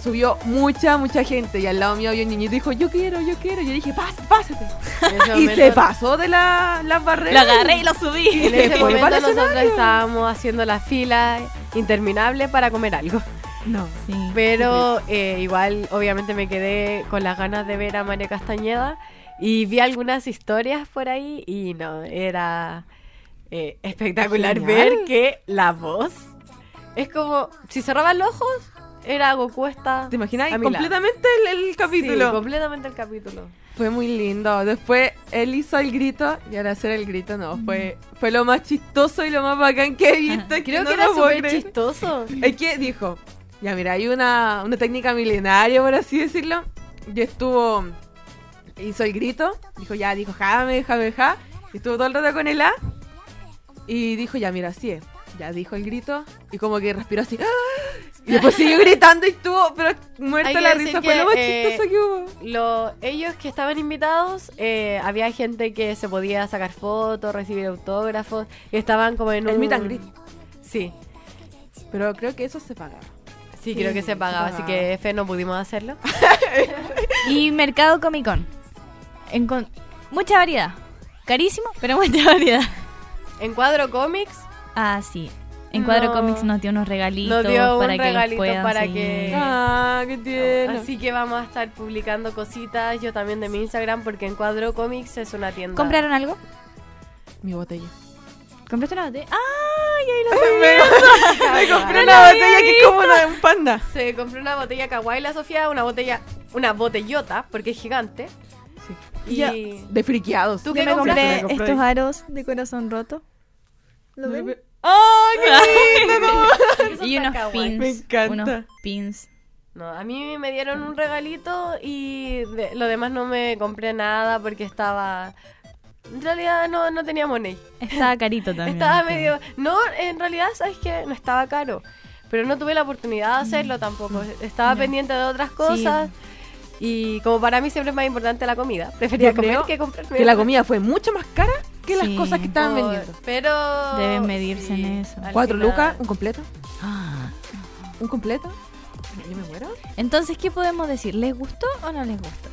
B: subió mucha, mucha gente. Y al lado mío había un niñito y dijo, yo quiero, yo quiero. Y yo dije, "Pas- pásate.
C: En ese
B: Y
C: momento-
B: se pasó de la, las
A: Lo
B: barreras.
A: agarré y lo subí.
C: En ese
B: Fue para el
C: momento nosotros
B: escenario.
C: estábamos haciendo la fila interminable para comer algo.
B: No.
A: Sí.
C: Pero eh, igual, obviamente, me quedé con las ganas de ver a Mario Castañeda y vi algunas historias por ahí y no, era eh, espectacular
B: Genial.
C: ver que la voz es como, si cerraba los ojos, era Goku está
B: ¿Te imaginas?
C: A mi
B: Completamente el, el
C: Sí,
B: capítulo.
C: completamente el capítulo.
B: fue muy lindo. Después él hizo el grito y al hacer el grito, no, fue, fue lo más chistoso y lo más bacán que he visto. Es que
C: Ah, Creo
B: no
C: que
B: lo
C: era
B: puedo
C: súper
B: creer.
C: chistoso.
B: Es que dijo, ya mira, hay una, una técnica milenaria, por así decirlo. Y estuvo, hizo el grito, dijo ya, dijo jame, jame, ja. Y estuvo todo el rato con el A. Y dijo, ya mira, así es. Ya dijo el grito y como que respiró así. ¡ah! Y después siguió gritando y estuvo, pero
C: Hay
B: muerta
C: que
B: la
C: decir
B: risa. Fue
C: que,
B: lo más
C: eh,
B: chistoso que hubo.
C: Lo- ellos que estaban invitados, eh, había gente que se podía sacar fotos, recibir autógrafos, y estaban como en
B: El
C: un...
B: meet and greet.
C: Sí,
B: Pero creo que eso se pagaba.
C: sí, creo que
B: Sí,
C: se pagaba,
B: se
C: así
B: pagaba.
C: que F no pudimos hacerlo.
A: Y Mercado Comic Con. Encon- mucha variedad. Carísimo, pero mucha variedad.
C: En Cuadro Comics
A: Ah, sí. En Cuadro
C: No.
A: Comics nos dio unos regalitos
C: Nos dio un
A: para que los
C: regalito
A: puedan
C: para
A: seguir.
C: que-
B: Ah, qué tierno.
C: Así que vamos a estar publicando cositas, yo también de mi Instagram, porque en Cuadro Comics es una tienda.
A: ¿Compraron algo?
B: Mi botella.
A: ¿Compraste una botella? ¡Ay! Ahí lo
B: Me compré una botella que es como una de un panda.
C: Se compró una botella kawaii la Sofía, una botella, una botellota, porque es gigante. Y
B: Ya, De friqueados.
C: ¿Tú
A: Yo
C: qué
A: me compré
C: compraste?
A: estos aros de corazón roto. ¿Lo ven?
B: ¡Ay, qué lindo!
A: Y unos pins.
B: Me encanta.
A: Unos pins.
C: No, a mí me dieron un regalito y de- lo demás no me compré nada porque estaba... En realidad no, no tenía money.
A: Estaba carito también.
C: Estaba medio... No, en realidad, ¿sabes que No estaba caro. Pero no tuve la oportunidad de
B: Mm.
C: hacerlo tampoco. Estaba
A: Ya.
C: pendiente de otras cosas. Y como para mí siempre es más importante la comida, prefería
B: Yo
C: comer
B: creo
C: que comprarme.
B: Que la comida fue mucho más cara que las
A: Sí.
B: cosas que estaban
C: Oh,
B: vendiendo.
C: Pero...
A: Deben medirse en eso.
C: al
B: Cuatro
C: final-
B: lucas, un completo,
A: Ah.
B: un completo. Yo me muero.
A: Entonces, ¿qué podemos decir? ¿Les gustó o no les gustó?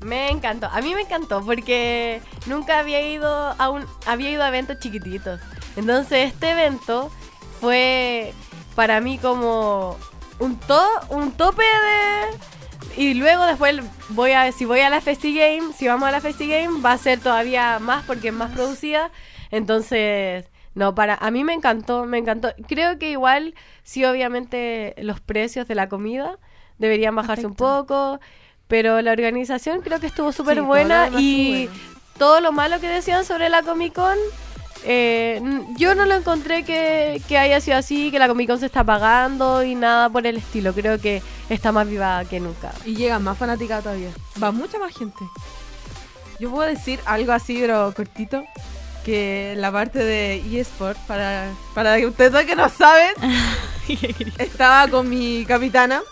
C: Me encantó. A mí me encantó porque nunca había ido a un había ido a eventos chiquititos. Entonces este evento fue para mí como un to, un tope de y luego después voy a si voy a la Festi Game, si vamos a la Festi Game va a ser todavía más porque es más producida. Entonces no, para a mí me encantó, me encantó. Creo que igual sí obviamente los precios de la comida deberían bajarse un poco, pero la organización creo que estuvo súper
B: Sí, todo lo
C: buena
B: demás
C: y
B: estuvo
C: todo lo malo que decían sobre la Comic Con, eh, n- yo no lo encontré que, que haya sido así, que la Comic Con se está pagando y nada por el estilo. Creo que está más viva que nunca.
B: Y llegan más fanáticas todavía. Va mucha más gente. Yo puedo decir algo así, pero cortito. Que la parte de eSport, para, para que ustedes que no saben, estaba con mi capitana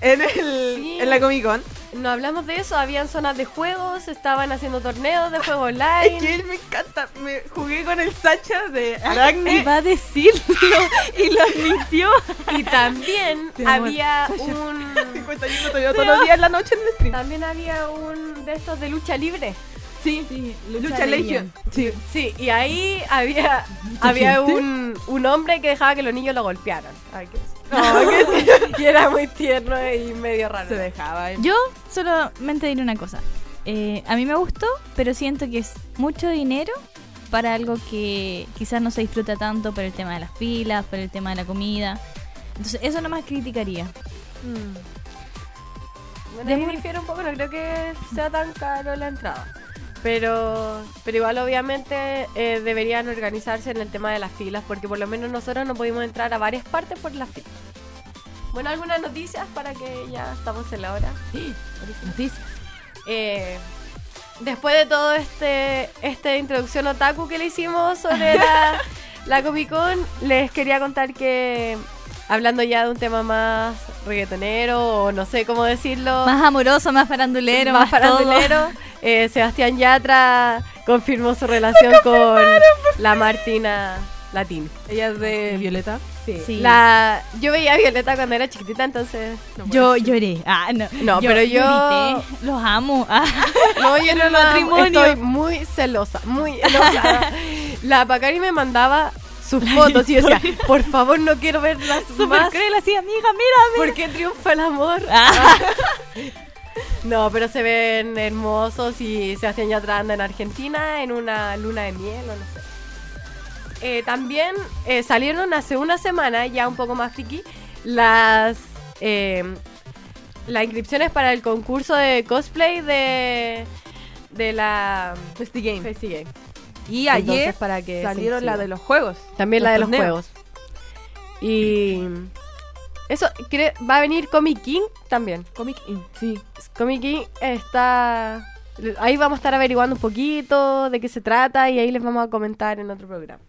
B: en, el,
C: Sí.
B: en la Comic Con.
C: No hablamos de eso, habían zonas de juegos, estaban haciendo torneos de juegos
B: Es que
C: online.
B: él me encanta. Me jugué con el Sacha de Aracne.
A: Iba a decirlo y lo admitió.
C: Y también
B: Te amo,
C: había
B: Sasha.
C: un...
B: 51 te veo todos los días en la noche en el stream.
C: También había un de estos de lucha libre.
A: Sí, sí.
B: Lucha Legion. Sí.
C: Sí, y ahí había, había un, un hombre que dejaba que los niños lo golpearan. Ay, qué- y era muy tierno y medio raro.
B: Se dejaba.
A: Yo solamente diré una cosa. Eh, a mí me gustó, pero siento que es mucho dinero para algo que quizás no se disfruta tanto por el tema de las pilas, por el tema de la comida. Entonces, eso nomás criticaría.
C: Bueno, ahí difiero un poco, no creo que sea tan caro la entrada. Pero, pero igual obviamente eh, deberían organizarse en el tema de las filas, porque por lo menos nosotros no pudimos entrar a varias partes por las filas. Bueno, algunas noticias para que ya estamos en la hora. Eh, después de todo este esta introducción otaku que le hicimos sobre la, la Comic Con, les quería contar que hablando ya de un tema más reggaetonero o no sé cómo decirlo,
A: Más amoroso, más farandulero,
C: más
A: más, todo.
C: farandulero, eh, Sebastián Yatra confirmó su relación con la Martina Latín.
B: Ella es de Violeta.
C: Sí.
A: Sí.
C: La, yo veía a Violeta cuando era chiquitita, entonces
A: Yo lloré. Ah, no.
C: No, pero yo-
A: grité. Los amo. Ah.
C: No, yo no lo
A: matrimonio.
C: Estoy muy celosa, muy enojada. La Bacari me mandaba sus fotos y yo decía, por favor, no quiero verlas
A: Súper
C: más.
A: cruel así, amiga, mira, mira.
C: ¿Por qué triunfa el amor?
A: Ah.
C: No, pero se ven hermosos y se hacen ya anda en Argentina en una luna de miel o no sé. Eh, también eh, salieron hace una semana, ya un poco más friki, las, eh, las inscripciones para el concurso de cosplay de, de la
B: Festi Game.
C: Festi Game.
B: Y
C: Entonces,
B: ayer
C: para
A: pues,
C: que se
B: salieron la
C: inscriban.
B: de los juegos.
C: También la de los
B: torneos.
C: juegos. Y eso cre- va a venir Comic King también.
B: Comic Inc. Sí.
C: Comic King está ahí vamos a estar averiguando un poquito de qué se trata y ahí les vamos a comentar en otro programa.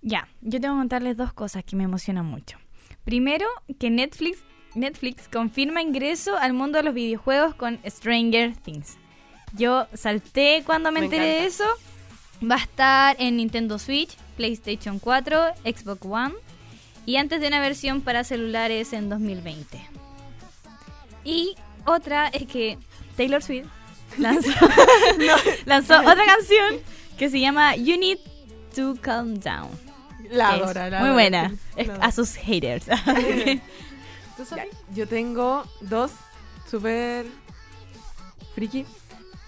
A: Ya, yo tengo que contarles dos cosas que me emocionan mucho. Primero, que Netflix, Netflix confirma ingreso al mundo de los videojuegos con Stranger Things. Yo salté cuando me,
C: Me
A: enteré de
C: encanta.
A: eso. Va a estar en Nintendo Switch, PlayStation 4, Xbox One y antes de una versión para celulares en 2020. Y otra es que Taylor Swift lanzó, lanzó otra canción que se llama You Need to Calm Down.
B: La
A: Es
B: adora, la
A: muy
B: adora.
A: buena.
B: La
A: Es-
B: adora.
A: a sus haters.
B: ¿Tú, Sofi? Yo tengo dos súper friki.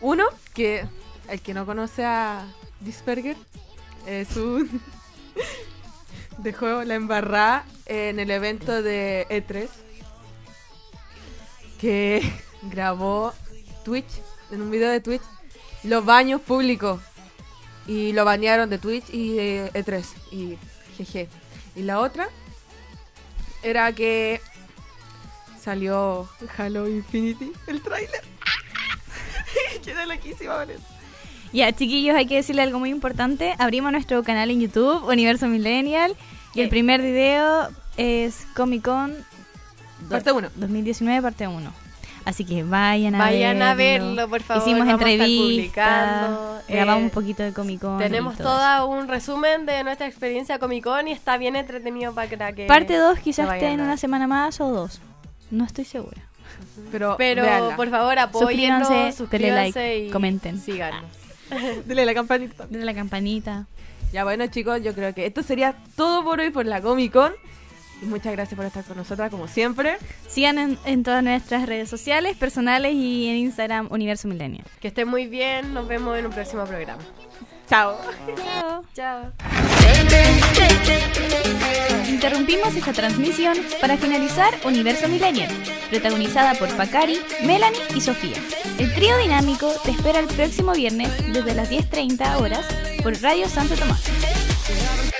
B: Uno, que el que no conoce a Disperger es un. Dejó la embarrada en el evento de E3 que grabó Twitch, en un video de Twitch, los baños públicos. Y lo banearon de Twitch y de E3. Y jeje. Y la otra era que salió Halo Infinity, el tráiler. Quedé loquísima con eso.
A: ya, chiquillos, hay que decirle algo muy importante. Abrimos nuestro canal en YouTube, Universo Millennial. Y el primer video es Comic Con do-
B: Parte uno.
A: 2019, parte 1. Así que vayan a
C: Vayan
A: verlo.
C: a verlo, por favor.
A: Hicimos
C: vamos a estar
A: entrevistas,
C: publicando, eh,
A: grabamos un poquito de Comic Con.
C: Tenemos todo un resumen de nuestra experiencia Comic Con y está bien entretenido para que
A: Parte 2 quizás
C: no vayan
A: esté en
C: a-
A: una semana más o dos. No estoy segura.
B: Pero,
C: Pero
B: véanla.
C: por favor, apóyennos,
A: Suscríbanse,
C: suscríbanse,
A: denle like,
C: y
A: comenten.
C: Síganos.
B: Dele la campanita.
A: De la campanita.
B: Ya bueno, chicos, yo creo que esto sería todo por hoy por la Comic Con. Y muchas gracias por estar con nosotras, como siempre.
A: Sigan en, en todas nuestras redes sociales, personales y en Instagram, Universo Millennial.
C: Que estén muy bien, nos vemos en un próximo programa.
B: Chao.
A: Chao.
C: Chao.
A: Interrumpimos esta transmisión para finalizar Universo Millennial, protagonizada por Pacari, Melanie y Sofía. El trío dinámico te espera el próximo viernes desde las 10.30 horas por Radio Santo Tomás.
D: Thank